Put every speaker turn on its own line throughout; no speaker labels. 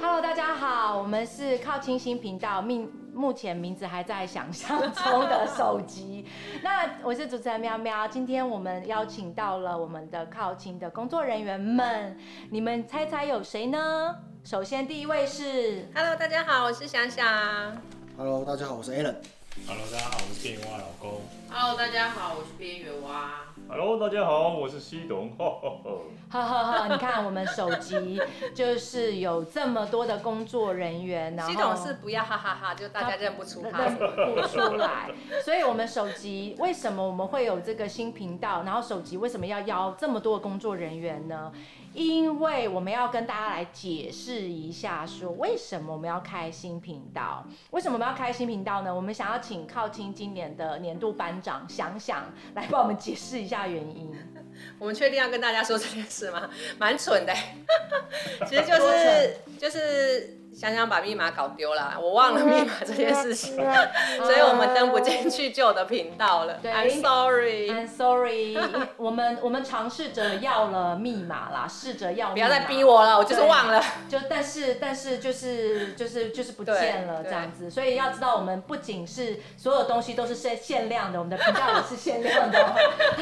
Hello，大家好，我们是靠清新频道，命目前名字还在想象中的手机。那我是主持人喵喵，今天我们邀请到了我们的靠清的工作人员们，你们猜猜有谁呢？首先第一位是
Hello，大家好，我是想想。
Hello，大家好，我是 Alan。
Hello，大家好，我是边缘蛙老公。
Hello，大家好，我是边缘 蛙。
Hello，大家好，我是西董。 哈哈哈。
呵呵呵，你看我们首集就是有这么多的工作人员，然后
系统是不要哈哈哈，就大家认 不出他。
认不出来，所以我们首集为什么我们会有这个新频道？然后首集为什么要邀这么多的工作人员呢？因为我们要跟大家来解释一下，说为什么我们要开新频道？为什么我们要开新频道呢？我们想要请靠近今年的年度班长想想来帮我们解释一下原因。
我们确定要跟大家说这件事吗？ 蛮蠢的，其实就是就是想想把密码搞丢了，我忘了密码这件事情， 所以我们登不进去旧的频道了。
对
I'm sorry，
I'm sorry，我们我们尝试着要了密码啦，试着要密码
不要再逼我了，我就是忘了。
就但是但是就是就是就是不见了
对
这样子，所以要知道我们不仅是所有东西都是限限量的，我们的频道也是限量的哦。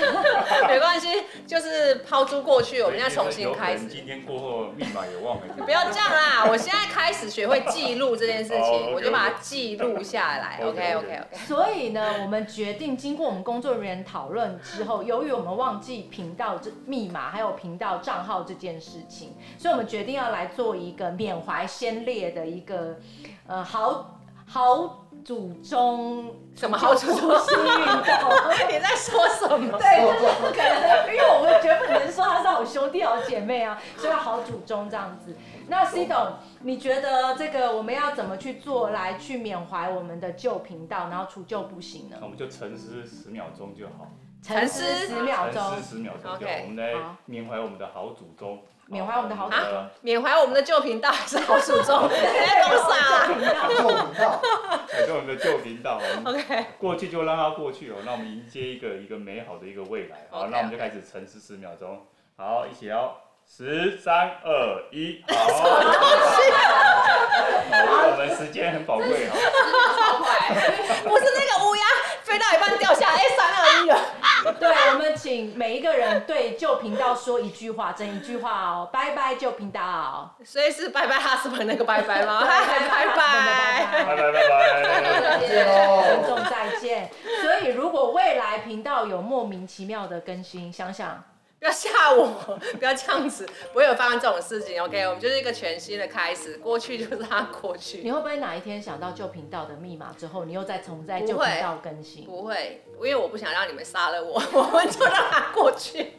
没关系，就是抛诸过去，我们要重新开始。
今天过后密码也忘了。
不要这样啦！我现在开始学会记录这件事
哦
情，
，OK，
我就把它记录下来。OK
OK，OK
OK OK。
所以呢，我们决定经过我们工作人员讨论之后，由于我们忘记频道这密码还有频道账号这件事情，所以我们决定要来做一个缅怀先烈的一个呃好好祖宗
什么好处
复兴运动。
你在说什么？
对，就是不可能，因为我们绝不可能说他是好兄弟、好姐妹啊， 所以要好祖宗这样子。那 C 董，你觉得这个我们要怎么去做来去缅怀我们的旧频道，然后除旧布新呢
那？我们就沉思十秒钟就好，
沉
沉
思
思
十秒钟，
沉思十秒钟就好
OK，。
我们来
好
缅怀我们的好祖宗，
缅怀我们的好祖
好的
缅怀我们的旧频道还是好祖 宗？哎你在弄啥啦
旧频道
旧频道，
还是哎我们的旧频道。我们
？OK，
过去就让它过去哦，那我们迎接一个一个美好的一个未来。好，
OK，
那我们就开始沉思十秒钟。好，一起哦，十、三、二、一，好。好，我们时间很宝贵哦。
不是那个乌鸦飞到一半掉下来，哎，三二一了。
对，我们请每一个人对旧频道说一句话，整一句话哦，拜拜旧频道，
所以是拜拜哈斯本那个拜拜吗？嗨，拜拜。
拜拜拜拜。
再见喽
观。众再见。所以，如果未来频道有莫名其妙的更新，想想
不要吓我，不要这样子，不会有发生这种事情。OK，我们就是一个全新的开始，过去就是让它过去
你。会不会哪一天想到旧频道的密码之后，你又再重在
不
旧
会
频道更新？
不会，因为我不想让你们杀了我， 我们就让它过去。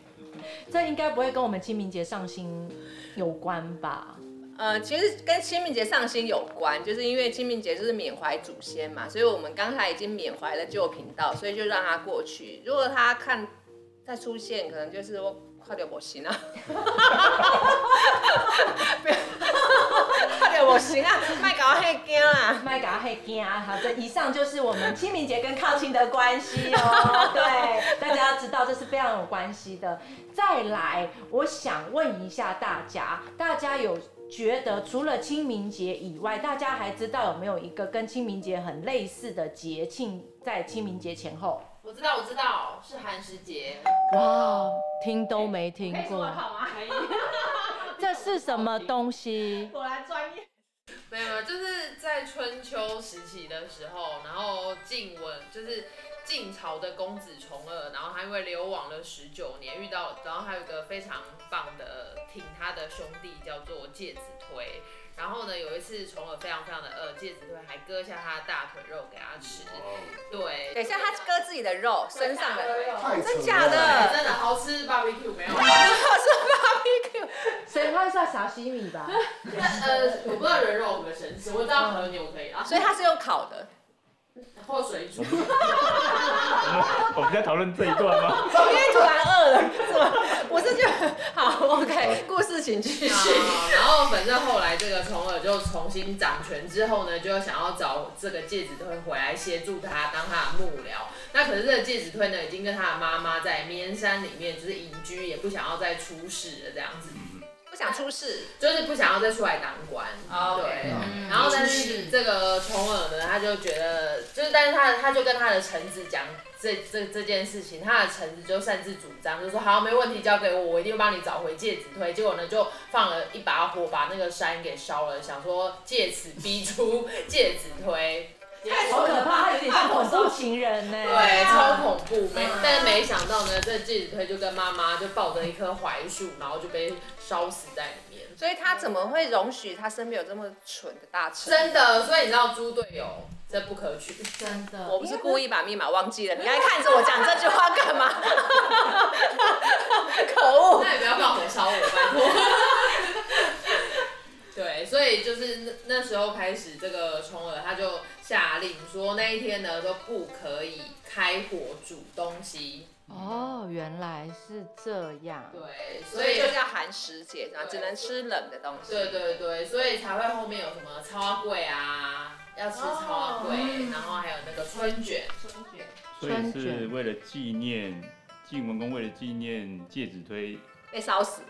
这应该不会跟我们清明节上新有关吧？
呃，其实跟清明节上新有关，就是因为清明节就是缅怀祖先嘛，所以我们刚才已经缅怀了旧频道，所以就让它过去。如果它看再出现，可能就是我快点我行啊，不要快点我行啊，卖搞我黑惊啦。
麦嘎黑惊啊！好，这以上就是我们清明节跟靠近的关系哦。对，大家要知道这是非常有关系的。再来，我想问一下大家，大家有觉得除了清明节以外，大家还知道有没有一个跟清明节很类似的节庆在清明节前后？
我知道，我知道，是寒食节。
哇，听都没听
可以说
过
得。好吗？可以。
这是什么东西？
我来专业。
没有，没有，就是在春秋时期的时候，然后晋文就是晋朝的公子重耳，然后他因为流亡了十九年，遇到，然后还有一个非常棒的挺他的兄弟叫做介子推。然后呢，有一次重耳非常非常的饿，介子推还割下他的大腿肉给他吃。对，
等一下，他割自己的肉，身上的肉，
太扯
真
了
假
哎
的？
真的好吃 barbecue 没有？
谁会算小西米吧？
呃呃，我不知道人肉可不可以生吃，我知道和牛可以啊。
所以他是用烤的，
或水煮，
我们在讨论这一段吗？
因为突然饿了，是吗？我是觉得好，OK，故事请继续。
啊然后反正后来这个虫儿就重新掌权之后呢，就想要找这个戒指推回来协助他当他的幕僚。那可是这个戒指推呢，已经跟他的妈妈在绵山里面就是隐居，也不想要再出事了，这样子，
不想出事，
就是不想要再出来当官。
哦
对，
嗯
然后但
出事
是这个虫儿呢，他就觉得，就是但是他他就跟他的臣子讲。这这这件事情，他的臣子就擅自主张，就说好，没问题，交给我，我一定会帮你找回戒指推。结果呢，就放了一把火，把那个山给烧了，想说借此逼出戒指推。
好可怕，他有点像恐怖情人呢、
对，超恐怖。没，但没想到呢，这戒指推就跟妈妈就抱着一棵槐树，然后就被烧死在里面。
所以他怎么会容许他身边有这么蠢的大臣？
真的，所以你知道猪队友这不可取。
真的，
我不是故意把密码忘记了，你还看着我讲这句话干 嘛？可恶！
那也不要放火烧我，拜托。 对，所以就是那那时候开始，这个虫儿他就下令说，那一天呢都不可以开火煮东西。
哦，原来是这样。
对，所
所以
以
就是要寒食节，然后只能吃冷的东西。
对对对，所以才会后面有什么超阿贵啊，要吃超阿贵，然后还有那个春卷。
所以是为了纪念晋文公，为了纪念介子推
被烧死。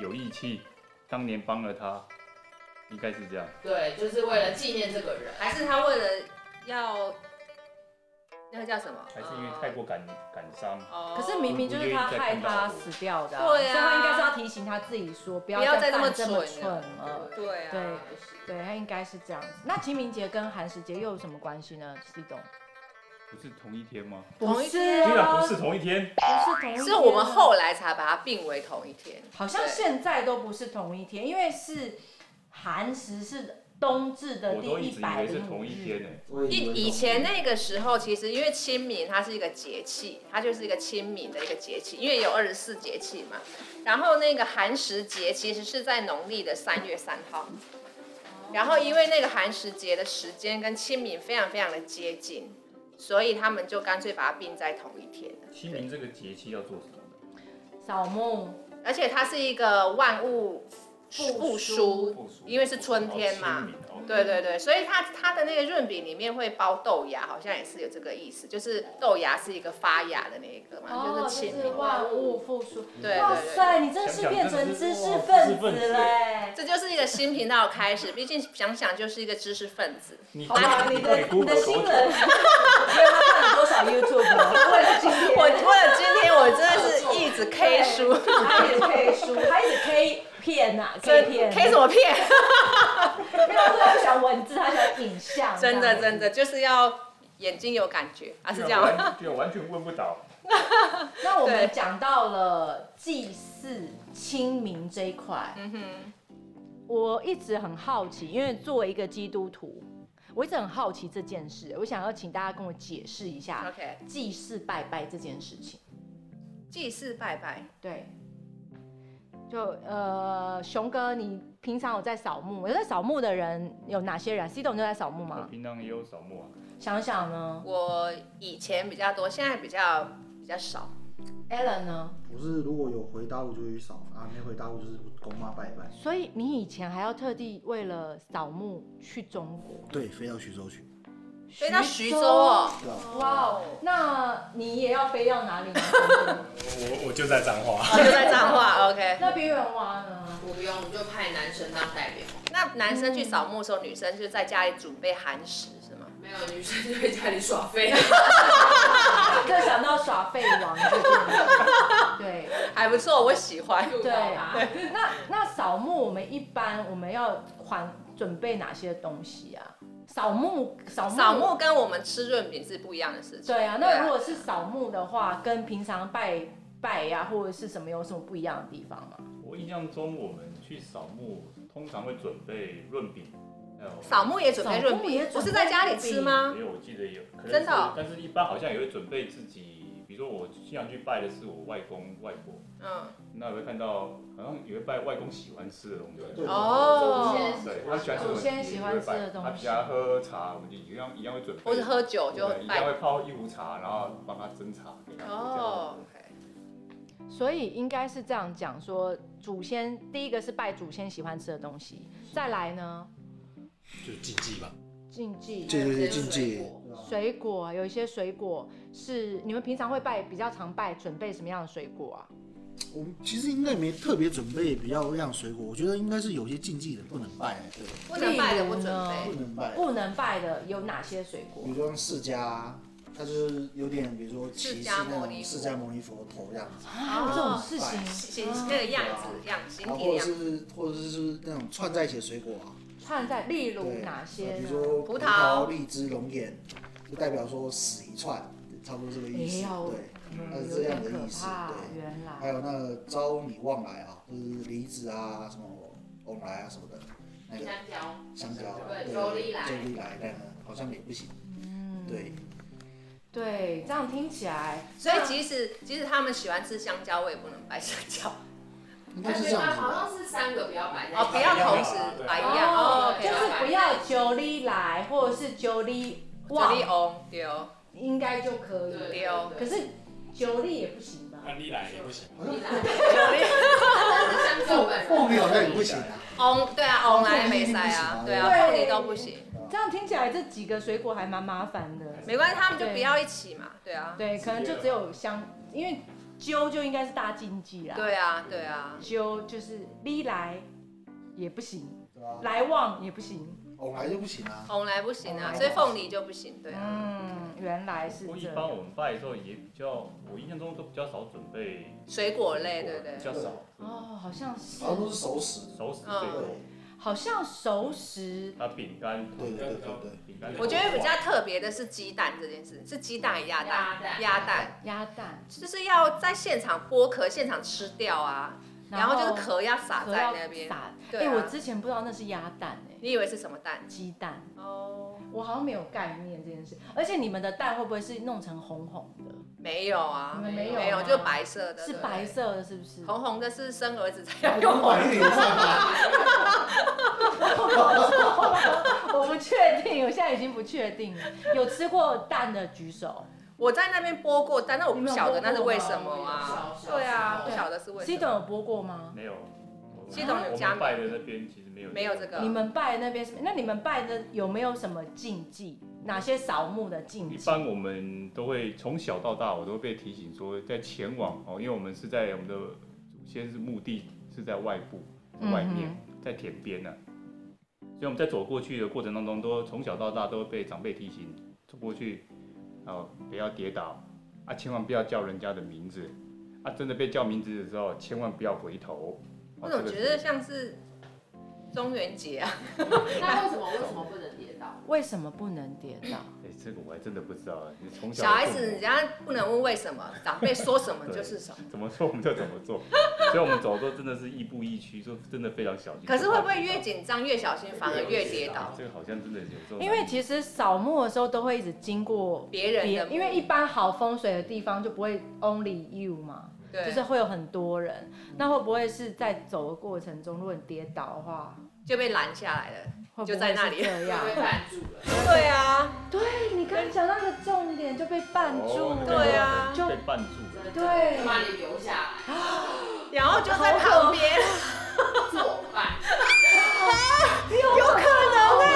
有义气，当年帮了他，应该是这样。
对，就是为了纪念这个人。
还是他为了要那个叫什么？呃
还是因为太过感感伤，
哦
可是明明就是他害他死掉的、
对啊
所以他应该是要提醒他自己说，不
不要
再
再这
犯
么
这
蠢了
么蠢了。
对啊，
对对，他应该是这样子。那清明节跟寒食节又有什么关系呢？西董，
不是同一天吗？
同
不
一
是
天
居然
啊，
不是同一天，
不是同一天啊
是我们后来才把它并为同一天。
好像
对
现在都不是同一天，因为是寒食是冬至的
我
第
都一
一
直以
百
为是
零五
同一天
日。
呢。
以以前那个时候，其实因为清明它是一个节气，它就是一个清明的一个节气，因为有二十四节气嘛。然后那个寒食节其实是在农历的三月三号。然后因为那个寒食节的时间跟清明非常非常的接近，所以他们就干脆把它并在同一天了。
清明这个节气要做什么？
扫墓，
而且它是一个万物复苏，
不熟
因为是春天嘛
哦清明哦
对对对，所以它它的那个润饼里面会包豆芽，好像也是有这个意思，就是豆芽是一个发芽的那一个嘛，
哦，
是清
就是
明。
万物复苏。
对
哇
对对，
塞，你真的是变成知识分子嘞！
这就是一个新频道的开始，毕竟想想就是一个知识分子。
你
好吧，你的你的新闻，
人，
你他看了多少 YouTube 了？为了今天，
我为了今天， 我真的是一直 K 书，
他也 K 书，他一直 K 片呐，K 片啊
K 什？么骗？
因为他说他不喜欢文字，他喜欢影像。
真的
这样
真的就是要眼睛有感觉啊，是这样吗？
完，对，完全问不倒。
那我
对
们讲到了祭祀清明这一块，
嗯哼，
我一直很好奇，因为作为一个基督徒，我一直很好奇这件事，我想要请大家跟我解释一下
OK
祭祀拜拜这件事情。
祭祀拜拜，
对，就呃，熊哥，你平常有在扫墓？有在扫墓的人有哪些人？C 董就在扫墓
我
吗？
平常也有扫墓啊，
想想呢
我以前比较多，现在比较比较少。
，Allen 呢？
我是如果有回大陆就去扫啊，没回大陆就是公妈拜拜。
所以你以前还要特地为了扫墓去中国，
对，飞到徐州去，
飞到徐州哦，
对啊吧？
哇哦，那你也要飞到哪里呢？
我我就在彰化，
哦就在彰化。OK，
那边缘蛙呢？
我不用，我就派男生当代表。
那男生去扫墓的时
嗯
候，女生就在家里准备寒食是吗？
没有女生就在家里耍 废。
就想到耍废王这边，对
还不错，我喜欢。
对啊对。那那扫墓，我们一般我们要还准备哪些东西啊？扫墓，扫墓，
扫墓跟我们吃润饼是不一样的事情。
对啊，那如果是扫墓的话，跟平常拜拜呀、或者是什么有什么不一样的地方吗？
我印象中我们去扫墓通常会准备润饼，还有
扫墓也准备润
扫墓也
饼
准，备
不是在家里吃吗？
没有，我记得有，可能是
真的哦
但是一般好像也会准备自己比如说我经常去拜的是我外公外婆，
嗯，
那我会看到好像也会拜外公喜欢吃的东西。
对
哦
祖先
对，他喜欢吃的东西
祖先喜欢吃的东西
他比较喝茶，我们就一样一样会准备。
或是喝酒就
对一样
拜
会泡义乌茶，然后帮他斟茶给他。
哦，OK，
所以应该是这样讲说，祖先第一个是拜祖先喜欢吃的东西，再来呢
就是禁忌吧。
禁忌
这就是禁
水
忌。
果
对啊吧
水果，有一些水果是你们平常会拜，比较常拜，准备什么样的水果啊？
我们其实应该也没特别准备比较样水果，我觉得应该是有些禁忌的不能拜，对，
不能拜的不准
例
备
不。能拜。
不能拜的有哪些水果
比？如说像释迦啊，它就是有点比如说
释
骑士
迦
那
牟尼
种
佛
释迦牟尼佛头这样子，
啊，有这种事情啊
形那个样子样形
然后
体的
或者
样子，
是或者是那种串在一起的水果啊，
串在，例如
对，啊
哪些
比
呢
如？说
葡
葡
萄
萄、荔枝、龙眼，就代表说死一串，差不多这个意思。
哎呦
对，它
有
是呃这
点
样的
可
意思。
怕，
对，哎
原
还
来
有那个招你旺来啊，就是梨子啊，什么翁来啊什么的，那个
香蕉，
香蕉，
对
对，
周丽来
周丽来，但好像也不行。对，
嗯对，这样听起来，
所以即使即使他们喜欢吃香蕉，我也不能拜香蕉。
应该
感
嗯是
觉
这样子
好
吧。
像是三个不要摆在一
哦，
起
不要同时摆一样
哦
哦，
就
OK，
是
好
不要九力来，或者是九力旺
这，里哦，对哦，
应该就可以。
对
对哎哦
可是九力也不行吧？
安利来也不行，
但是香蕉本
凤
人
梨好像也不行啊，
翁对啊，翁来没塞啊，对啊，凤梨都不行，
这样听起来，这几个水果还蛮麻烦的。
没关系，他们就不要一起嘛，对啊，
对，可能就只有香，因为揪就应该是大禁忌啦。，
对啊，对啊，
揪就是力来也不行，
对吧？
来旺也不行。
翁来就不行啊。
翁来不行啊，所以凤梨就不行，对啊，
嗯，原来是
不过一
这
般
样。
我们拜的时候也比较，我印象中都比较少准备
水果类，对不
比
对？
较少
哦，好像是
好，像都是熟食。
熟食
嗯
最多，
好像熟食
那饼干、
对对对对对。
饼干。
我觉得比较特别的是鸡蛋这件事，是鸡蛋还是鸭
鸭
蛋？
蛋
鸭蛋
鸭蛋，
就是要在现场剥壳，现场吃掉啊，然后就是壳要撒
壳
在
要
那边。
撒。
对
哎，
啊
我之前不知道那是鸭蛋哎，
你以为是什么蛋？
鸡蛋，
哦，
我好像没有概念这件事。而且你们的蛋会不会是弄成红红的？
没有啊
你，们没有吗？
没有，就白色的，
是
对
白色的，是不是？
红红的是生儿子 才要用
管理啊，
我不确定，我现在已经不确定了。有吃过蛋的举手。
我在那边剥过蛋，但我不晓得那是为什么啊
你。们有剥过吗
对啊，
对
不晓得是为什
C
么。
董有播过吗？
没有，我
系统有
我
加冕
们拜的那边其实没有
没有这个
你们拜那边是，那你们拜的有没有什么禁忌？哪些扫墓的禁
一
忌？
般我们都会从小到大，我都会被提醒说，在前往哦，因为我们是在我们的祖先是墓地是在外部
嗯哼
外面，在田边呢、所以我们在走过去的过程当中，都从小到大都会被长辈提醒走过去，哦，不要跌倒啊，千万不要叫人家的名字啊，真的被叫名字的时候，千万不要回头。
我
哦
怎么
这个
觉得像是中元节啊？
那为什么为什么不能跌倒？
为什么不能跌倒？
哎、这个我还真的不知道，你从小
小孩
父
子
母
人家不能问为什么，长辈说什么就是 什么。
怎么做我们就怎么 做，所以我们走的时候真的是亦步亦趋，就真的非常小心。
可是会不会越紧张越小心，反而越跌倒？
这个好像真的有时候，
因为其实扫墓的时候都会一直经过
别人的
别
墓，
因为一般好风水的地方就不会 only you 嘛，就
对嗯
是会有很多人。那会不会是在走的过程中，如果你跌倒的话，
就被拦下来了。
会不会
就在那里
是这样
被？绊住了。
对啊，
对你刚刚讲到一个重点，就被绊住了。
对啊
哦就被绊住了。
对
就把你留下来
然后就在旁边，
作 伴，
有可能哎、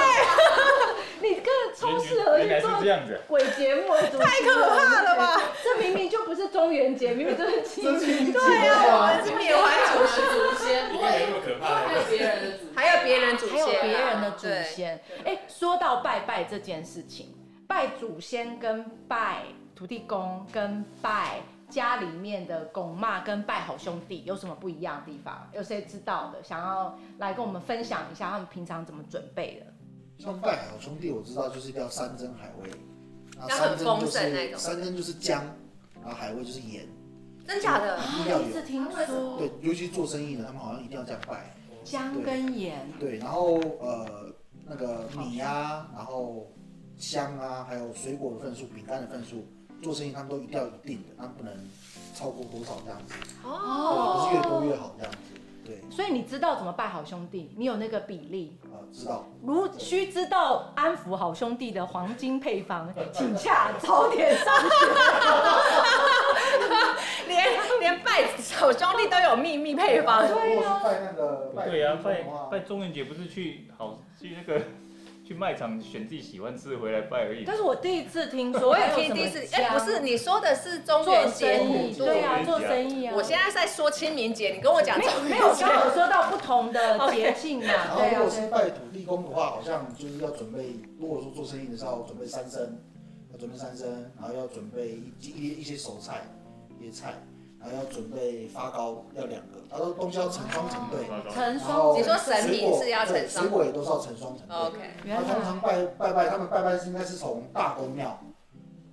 你这个超适合
原来
去
是
做
这样子，
鬼节目的主持人，太
可怕了吧？
这明明就不是中元节，明明就是清明节。
对啊，我们是缅怀
我
祖
们
先，
的祖先，不
应
会
该没那么可怕
还。有别人的祖
还有别人祖
先，
还有
先啊，
别人的祖
对
先。哎、说到拜拜这件事情，拜祖先跟拜土地公跟拜家里面的公妈跟拜好兄弟有什么不一样的地方？有谁知道的，想要来跟我们分享一下他们平常怎么准备的？
像拜好兄弟，我知道就是一定要山珍海味，那
要很
山珍
丰
就
盛那种
是山珍就是姜，然后海味就是盐，
真假的？啊
一定要
第一
有
次。听说
对，尤其做生意的，他们好像一定要这样拜。
姜跟盐，
对，然后呃，那个米啊，然后香啊，还有水果的份数、饼干的份数，做生意他们都一定要有一定的，他们不能超过多少这样子，
哦
不是越多越好这样子。对，
所以你知道怎么拜好兄弟，你有那个比例。
啊、知道。
如需知道安抚好兄弟的黄金配方，请洽早点上 学。
连连拜小兄弟都有秘密配方，
如果是拜那个拜
对呀、
拜
拜
的话
拜中元节不是去好去那个 去卖场选自己喜欢吃的回来拜而已。
但是我第一次听说，
我也听第一次。哎、不是，你说的是中
做
元节
生，意，
做
对啊，做
中元节啊
生意啊。
我现在在说清明节，你跟我讲
没有
中
没有，
元节
刚，好说到不同的节庆
然
哦
啊，
后
对
如
啊
果，是拜土地公的话，好像就是要准备，如果说做生意的时候准备三牲，要准备三牲，然后要准备一一一些手菜、野菜，然后要准备发糕，要两个，他说东西要成双成对。
啊
成
然后
双。
哦你说神
水
明
果
是要成
对
双哦
水果也都是要成双成对。
OK，
原
他
来
通常拜拜拜，他们拜拜是应该是从大公庙，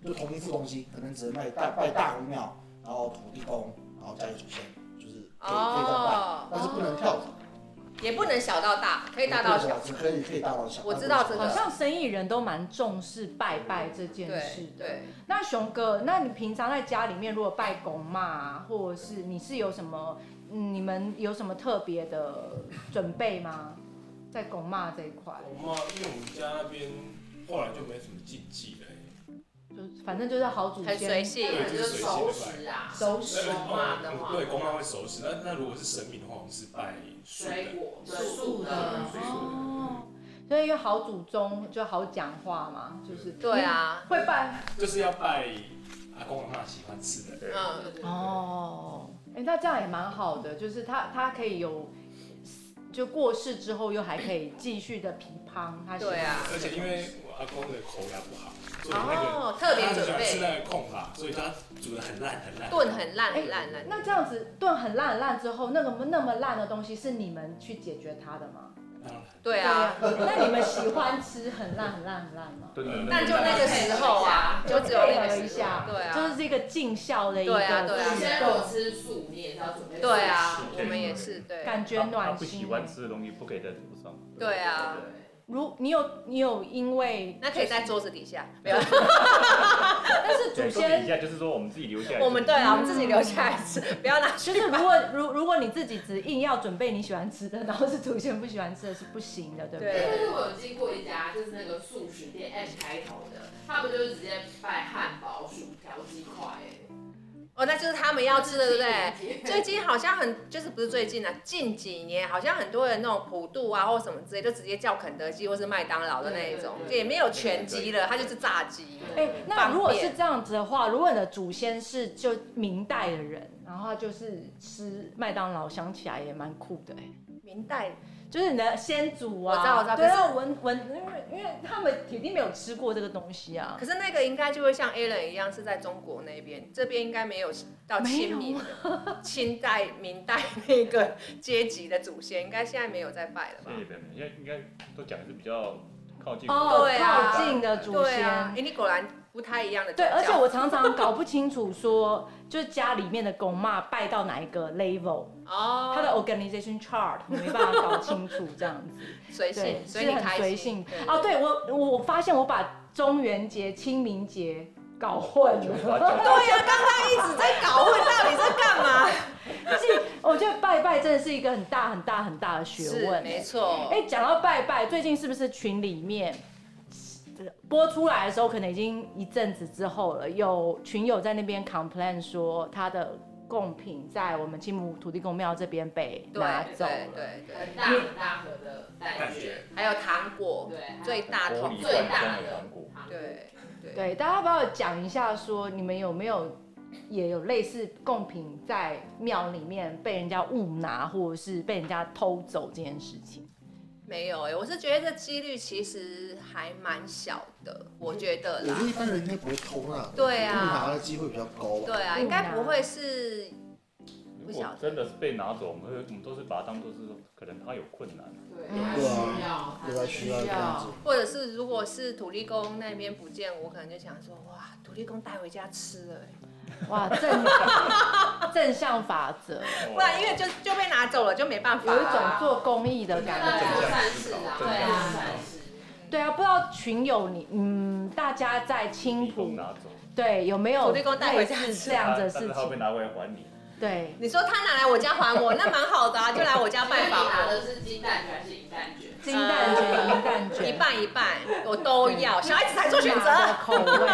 就同一副东西，可能只能拜大拜大公庙，然后土地公，然后家里祖先，就是可以可以这样拜，
哦，
但是不能跳蚤，
也不能小到大，可以大到小，
啊只可以可以大到小。
我知道这
好
个
像生意人都蛮重视拜拜这件事的。
对对。
那熊哥，那你平常在家里面如果拜公妈、啊，或者是你是有什么，嗯你们有什么特别的准备吗？在公妈这一块，
我妈因为我们家那边后来就没什么禁忌了、欸，
就反正就是好祖
很随
先。
性，
本就是熟食啊，
熟
食
那
嘛的话，
对，公妈会熟食。那那如果是神明的话，我们是拜树
水
的，
果
素
素
嗯
的
的，哦，所以因为好祖宗就好讲话嘛，就是
对，啊，
会拜
就是要拜阿公阿妈喜欢吃的。
嗯，
嗯，
哦，哎、那这样也蛮好的，就是他他可以有，就过世之后又还可以继续的批判他喜欢
对啊，
而且因为我阿公的口牙不好，
嗯
所以那个、
哦，特别
他很喜
准
欢
备，
吃那个空吧，所以他煮的很烂很烂。
炖很烂
哎
很烂很烂，
那这样子炖很烂很烂之后，那个那么烂的东西是你们去解决它的吗？
当然
对啊，
对啊。那你们喜欢吃很烂很烂很烂吗？
对对
但就那个时候啊，就只有那
配合
个
一
时候
下，
对啊，
就是这个尽孝的一个
对啊对啊
你
举
现在如
动
果吃素，你也是要准备素食
对啊，
对
我们也是对，
感觉
他
暖
不喜
心。
欢吃的东西不可以在桌上。
对啊
对
如你有你有因为
那可以在桌子底下，没有，
但是
对
祖
对
先
底下就是说我们自己留下来吃。
我们对啊，我们自己留下来吃，不要拿
就
去
是如果如如果你自己只硬要准备你喜欢吃的，然后是祖先不喜欢吃的是不行的，对不对？
但是我有经过一家，就是那个素食店 M 开头的，他们就是直接卖汉堡、薯条、鸡块，哎，
哦，那就是他们要吃的，对不对？
对
最近好像很，就是不是最近啊，近几年好像很多人那种普渡啊或什么之类，就直接叫肯德基或是麦当劳的那一种，
对对对
也没有全鸡了，它就是炸鸡。
哎、那
方
如果
便
是这样子的话，如果你的祖先是就明代的人，然后他就是吃麦当劳，想起来也蛮酷的、哎，
明代
就是你的先祖啊，
我知道我知道
对
可是
啊，闻闻，因为因为他们铁定没有吃过这个东西啊
可。是那个应该就会像 a l n 一样是在中国那边，这边应该没有到清明的 清代、明代那个阶级的祖先，应该现在没有在拜了吧
现在？也没有，现在应该都讲的是比较靠近。
哦，
对啊
靠近的祖
对
先。
啊，哎，你果然不太一样的宗
对，
教。
而且我 常常搞不清楚说，就是家里面的公妈拜到哪一个 level，
哦，
他的 organization chart 我没办法搞清楚这样 子，
随
对
性，，哦所以
是
你
很
开
随
心
性。啊。对我，我我发现我把中元节、清明节搞混 了，
哦对呀、刚刚一直在搞混，到底在干嘛？
就是我觉得拜拜真的是一个很大很大很大的学问。
没错。
哎，讲到拜拜，最近是不是群里面？播出来的时候，可能已经一阵子之后了。有群友在那边 complain 说，他的贡品在我们青木土地公庙这边被
对
拿走
对
了。
对对，
很大很大盒的蛋
感
卷
觉，
还有糖果，
对，
最大桶
玻璃，
最大
一罐装的
的
糖果，
对对，
对，大家帮我讲一下说你们有没有也有类似贡品在庙里面被人家误拿，或者是被人家偷走这件事情？
没有哎、我是觉得这几率其实还蛮小的，我觉得
我
啦
觉，得一般人应该不会偷那个，
对啊
不拿的机会比较高吧。
对啊，应该不会是，
如果真的是被拿走，我们会我们都是把它当做是说可能他有困难，
对，
嗯
他需要，
对吧？需要这样子，
或者是如果是土地公那边不见，我可能就想说，哇，土地公带回家吃了欸、
哇， 正正向法则，
哦
不然因为就就被拿走了，就没办法、
有一种
啊。
做公益的感
那
觉。
做善事啊，对啊，善事。
对啊，不知道群友你嗯，大家在青
被
浦
拿走，
对，有没有
土地公 带回家
类似
吃
这样子的
但
事
是他会
情？
拿回来还你。
对，
你说他拿来我家还我，那蛮好的啊，就来我家拜访我。
打 的是金蛋卷还是银蛋卷？
金蛋卷、银蛋卷，
一半一半，我都要。小孩子才做 选
哪个
择。
口味，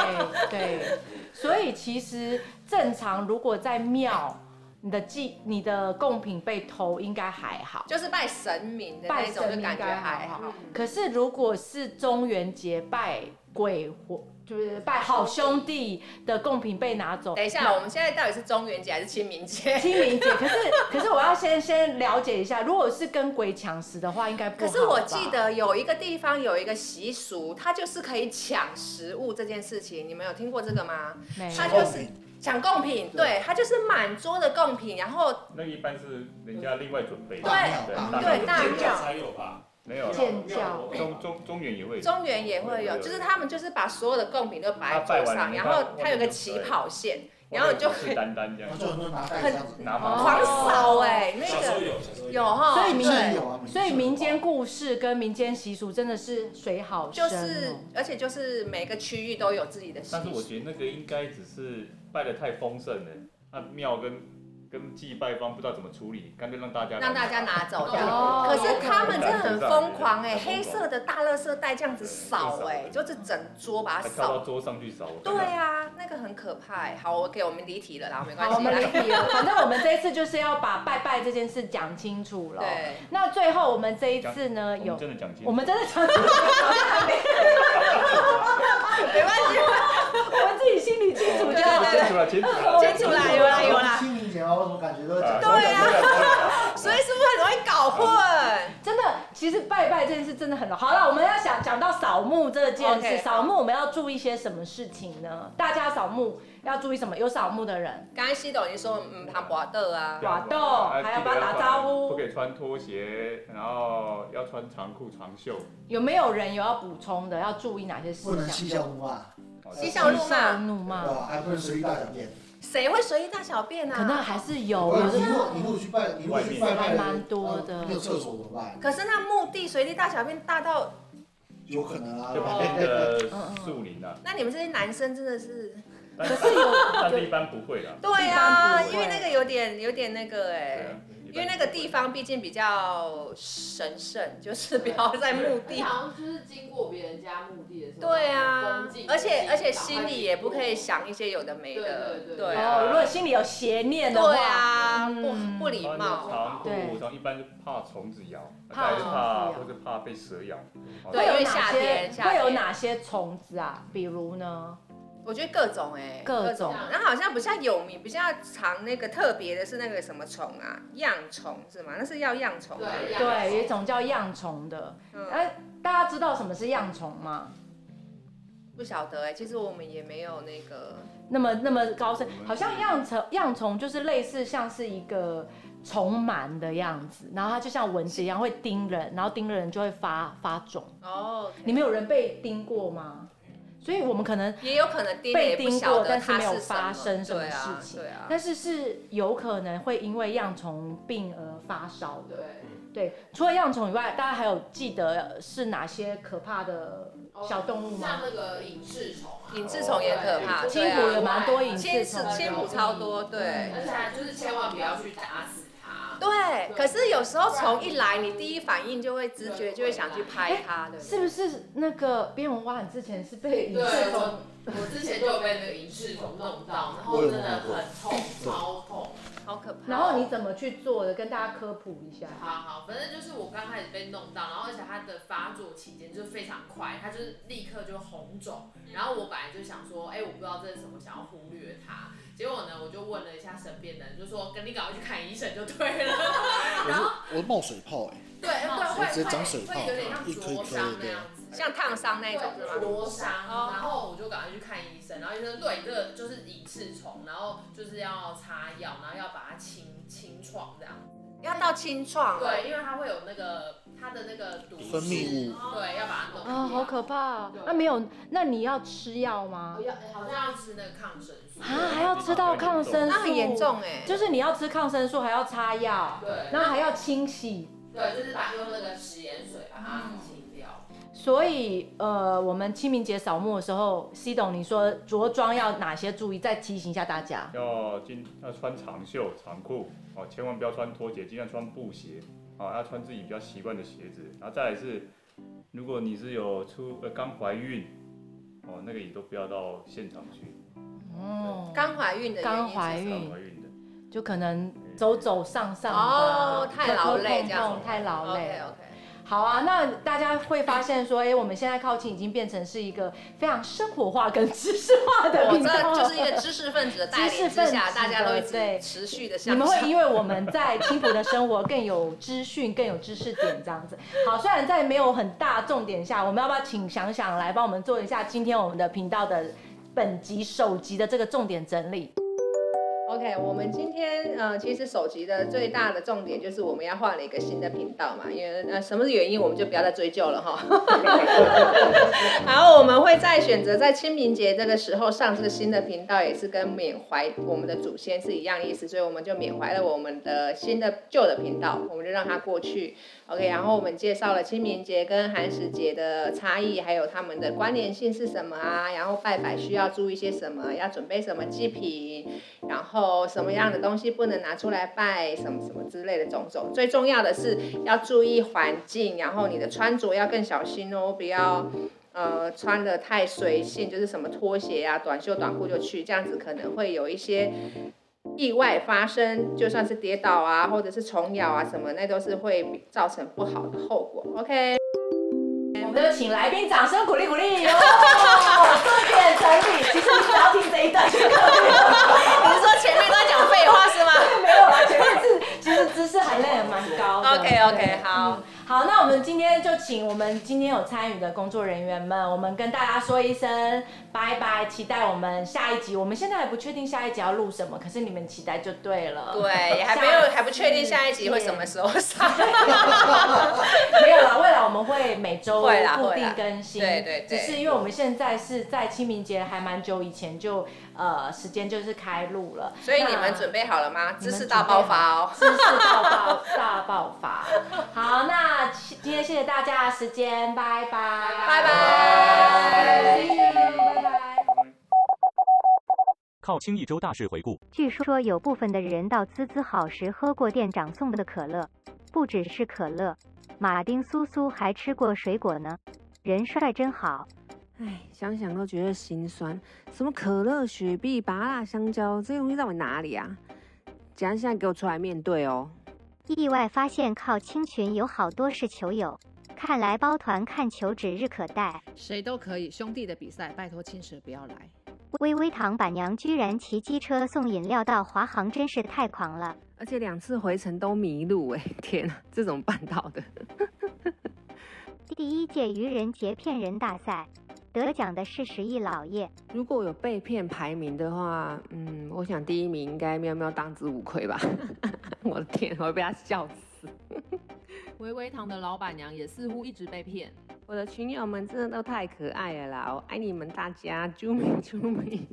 对。 所以其实正常，如果在庙，你的祭、你的贡品被偷，应该还好。
就是拜神明的那
拜
一种，
神
就
明
感觉
该
还
还
好。嗯
好，可是如果是中元节拜鬼火，就是拜好兄弟的贡品被拿走，
等一下，我们现在到底是中元节还是清明节？
清明节，可是可是我要先先了解一下，如果是跟鬼抢食的话，应该不
可
好
是我
吧
记得有一个地方有一个习俗，它就是可以抢食物这件事情，你们有听过这个吗？
没有
他
贡
就是
品
抢贡品，对，它就是满桌的贡品，然后
那一般是人家另外准备的。
对
大
对
庙
大
天
庙
教才有吧？
没有啦
建教
中中中原也会有。
中原也会有，就是他们就是把所有的贡品都摆在桌上，然后它有个起跑线，然后你就
虎视眈眈
然
这样
后，就很多人拿袋子这样子，
拿
哦
麻
狂扫哎，
小
哦
那
时候
个
有，小时候
有
有。
哈，
所以民
对
间有啊，
所以民间故事跟民间习俗真的是水好深
就
哦、
是而且就是每个区域都有自己的习
但是我
俗，
觉得那个应该只是拜的太丰盛了，那庙跟跟祭拜方不知道怎么处理，干脆让大家
让大家拿走这样。
哦
可是他们真的很疯狂哎、
很疯狂
黑色的大垃圾袋这样子扫哎、
对
就是整桌把它
还跳到
扫。
桌上去扫。我看
对
到
啊，那个很可怕哎、好，我给我们离题了啦，没关
好，我
系
们离
啦。
题了。反正我们这一次就是要把拜拜这件事讲清楚了。
对，
那最后我们这一次呢，
我们
有
真的讲清楚，
我们真的讲清楚，
没关系，
我们自己心里 清楚就好
对对
了。
哦清楚了，清楚了，
清楚啦，有啦有啦。
清明节啊啊，我怎么感觉都在
啊
讲
对
啊，
所以是不是很容易搞混？
真的，其实拜拜这件事真的很好了。我们要想讲到扫墓这件
OK，
事，扫墓我们要注意些什么事情呢？大家扫墓要注意什么？有扫墓的人，
刚才西董已经说，嗯，旁博的啊，
打斗还要帮他打招呼
不可以穿拖鞋，然后要穿长裤长袖。
有没有人有要补充的？要注意哪些事
不能
项
嬉？笑怒骂，
好
嬉笑怒
嬉
骂
笑怒
对
骂，
吧？还不能随意大小便。
谁会随意大小便
可能
啊？
还是有，
我
有
你
的
如果你如果去拜，你如果去拜拜
还
的
蛮多的
没有厕所怎么办？
可是那墓地随地大小便大到，
有可能啊，
就旁边的树林啊，
那你们这些男生真的是，
但
嗯可是有
但
有
是一般不会啦。
对
一般
啊，
不会欸
因为那个有点有点那个哎、
对啊
因为那个地方毕竟比较神圣，就是不要在墓
你
地。
好像就是经过别人家墓地的时候，
对啊
恭敬，
而且而且心里也不可以。想一些有的没的
对对，对
对
哦，如
啊，
果心里有邪念的话，
对啊，
嗯
不不礼
穿
哦
貌。
长裤
对，
然后一般是怕虫子咬，
怕
再是怕
虫子咬
或是怕被蛇咬。哦
对
会有
因为夏
哪些
天夏天
会有哪些虫子啊？比如呢？
我觉得各种哎、
各种
然后好像比较有名、比较常那个特别的是那个什么虫啊，恙虫是吗？那是要恙虫吗？
对
对，有一种叫恙虫的。
嗯，
哎，大家知道什么是恙虫吗？
不晓得哎、其实我们也没有那个，
那么那么高深
我，们
好像恙虫恙虫就是类似像是一个虫螨的样子，然后它就像蚊子一样会叮人，然后叮了人就会发发肿。
哦，
你们有人被叮过吗？所以我们可能
也有可能叮了
被
也不
叮
晓
过，
得
但是
它
没有
什么
发生什么
对啊
事情
对啊，
但是是有可能会因为恙虫病而发烧的。
对，
对，除了恙虫以外，大家还有记得是哪些可怕的
哦
小动物
像
吗？
那个隐翅虫啊，
隐翅虫也可怕，
哦
青
对
浦有
啊，
蛮多隐
青
翅虫的，
青浦超多，对。
而且还就是千万不要去打死它。
对，可是有时候虫一来，你第一反应就会直觉就会想去拍它，对不
是
对？
不是那个边文蛙？你之前是被隐
对，
翅虫
我我之前就有被那个隐翅虫弄到，然后真的很痛，超痛。
好可怕。哦
然后你怎么去做的？跟大家科普一下。
好好，反正就是我刚开始被弄到，然后而且它的发作期间就是非常快，它就是立刻就红肿。然后我本来就想说，哎、我不知道这是什么，想要忽略它。结果呢，我就问了一下身边的人，就说跟你赶快去看医生就对了。然后
我冒水泡哎，
对，会
直
会
接长水
会
泡
会有点像
一颗一颗
灼伤那
的
样子，
像烫伤那
对，
种是吗？
灼伤，
哦
然后我就赶快去看医生，然后医生说对，这个就是隐翅虫，然后就是要擦药，然后要把它清清创这样。
要到清创，
对，因为它会有那个它的那个毒
分泌
物，对，要把它弄掉。
啊、
哦
好可怕啊！那没有，那你要吃药吗
我？要好像要吃那个抗生素。
啊，还要吃到抗生素，
那很严，重哎。
就是你要吃抗生素，还要擦药，
对，
然后还要清洗。
嗯
对，就是把用那个食盐水把它清掉。
所以呃，我们清明节扫墓的时候，西董你说着装要哪些注意，再提醒一下大家。
要今要穿长袖长裤哦，千万不要穿拖鞋，尽量穿布鞋哦，要穿自己比较习惯的鞋子。然后再来是，如果你是有出呃刚怀孕哦，那个也都不要到现场去，
嗯，
刚怀孕的原因
刚
是
怀
什么
刚
孕
怀孕的
就可能走走上上的
哦太劳
磕磕
累
碰碰
这样
太劳累
OK
了。
OK，
好啊，那大家会发现说，哎、我们现在靠近已经变成是一个非常生活化跟知识化的
我
频
这
道了，
就是一个知识分子的带领之
知识分
下，
子
大家都一
对
直持续的
你
向
们会
上。
因为我们在青浦的生活更有资讯、更有知识点这样子。好，虽然在没有很大重点下，我们要不要请想想来帮我们做一下今天我们的频道的本集首集的这个重点整理？
OK，我们今天呃，其实首集的最大的重点就是我们要换了一个新的频道嘛，因为呃，什么原因我们就不要再追究了哈。 然后我们会再选择在清明节这个时候上这个新的频道，也是跟缅怀我们的祖先是一样的意思，所以我们就缅怀了我们的新的旧的频道，我们就让它过去。OK，然后我们介绍了清明节跟寒食节的差异，还有它们的关联性是什么啊？然后拜拜需要注意些什么？要准备什么祭品？然后什么样的东西不能拿出来拜？什么什么之类的种种。最重要的是要注意环境，然后你的穿着要更小心哦，不要。呃，穿的太随性，就是什么拖鞋啊、短袖、短裤就去，这样子可能会有一些意外发生，就算是跌倒啊，或者是虫咬啊什么，那都是会造成不好的后果。OK，
我们就请来宾掌声鼓励鼓励哦！重点整理，其实你只要听这一段就可以了，
你是说前面都在讲废话是 吗
没有啦，前面是其实知识含量也蛮高的。
？OK OK，
对
哦好，
好，那我们今天就请我们今天有参与的工作人员们，我们跟大家说一声拜拜，期待我们下一集。我们现在还不确定下一集要录什么，可是你们期待就对了。
对，也还没有还不确定下一集会什么时候上。
没有啦，未来我们会每周
会啦
固
会
定
啦
更新。
对对对
只是因为我们现在是在清明节还蛮久以前就呃时间就是开录了，
所以你
那
们准备好了吗？
你们
知识大爆发哦！
知识大爆大爆发。好，那今天谢谢大家的时间，拜拜，
拜拜
See you，拜拜。
靠青一周大事回顾。
据说有部分的人到滋滋好时喝过店长送的可乐，不只是可乐，马丁苏苏还吃过水果呢。人帅真好。
唉，想想都觉得心酸。什么可乐、雪碧、拔辣、香蕉，这些东西到底哪里啊？讲现在给我出来面对哦！
意外发现靠青群有好多是球友，看来包团看球指日可待。
谁都可以，兄弟的比赛，拜托青蛇不要来。
微微堂板娘居然骑机车送饮料到华航，真是太狂了。
而且两次回程都迷路、哎，天啊，这怎么办到的？
第一届愚人节骗人大赛，得奖的是十亿老爷。
如果有被骗排名的话，嗯，我想第一名应该喵喵当之无愧吧。 我的天，我会被他笑死。
微微堂的老板娘也似乎一直被骗。
我的群友们真的都太可爱了啦！我爱你们大家，啾咪啾咪。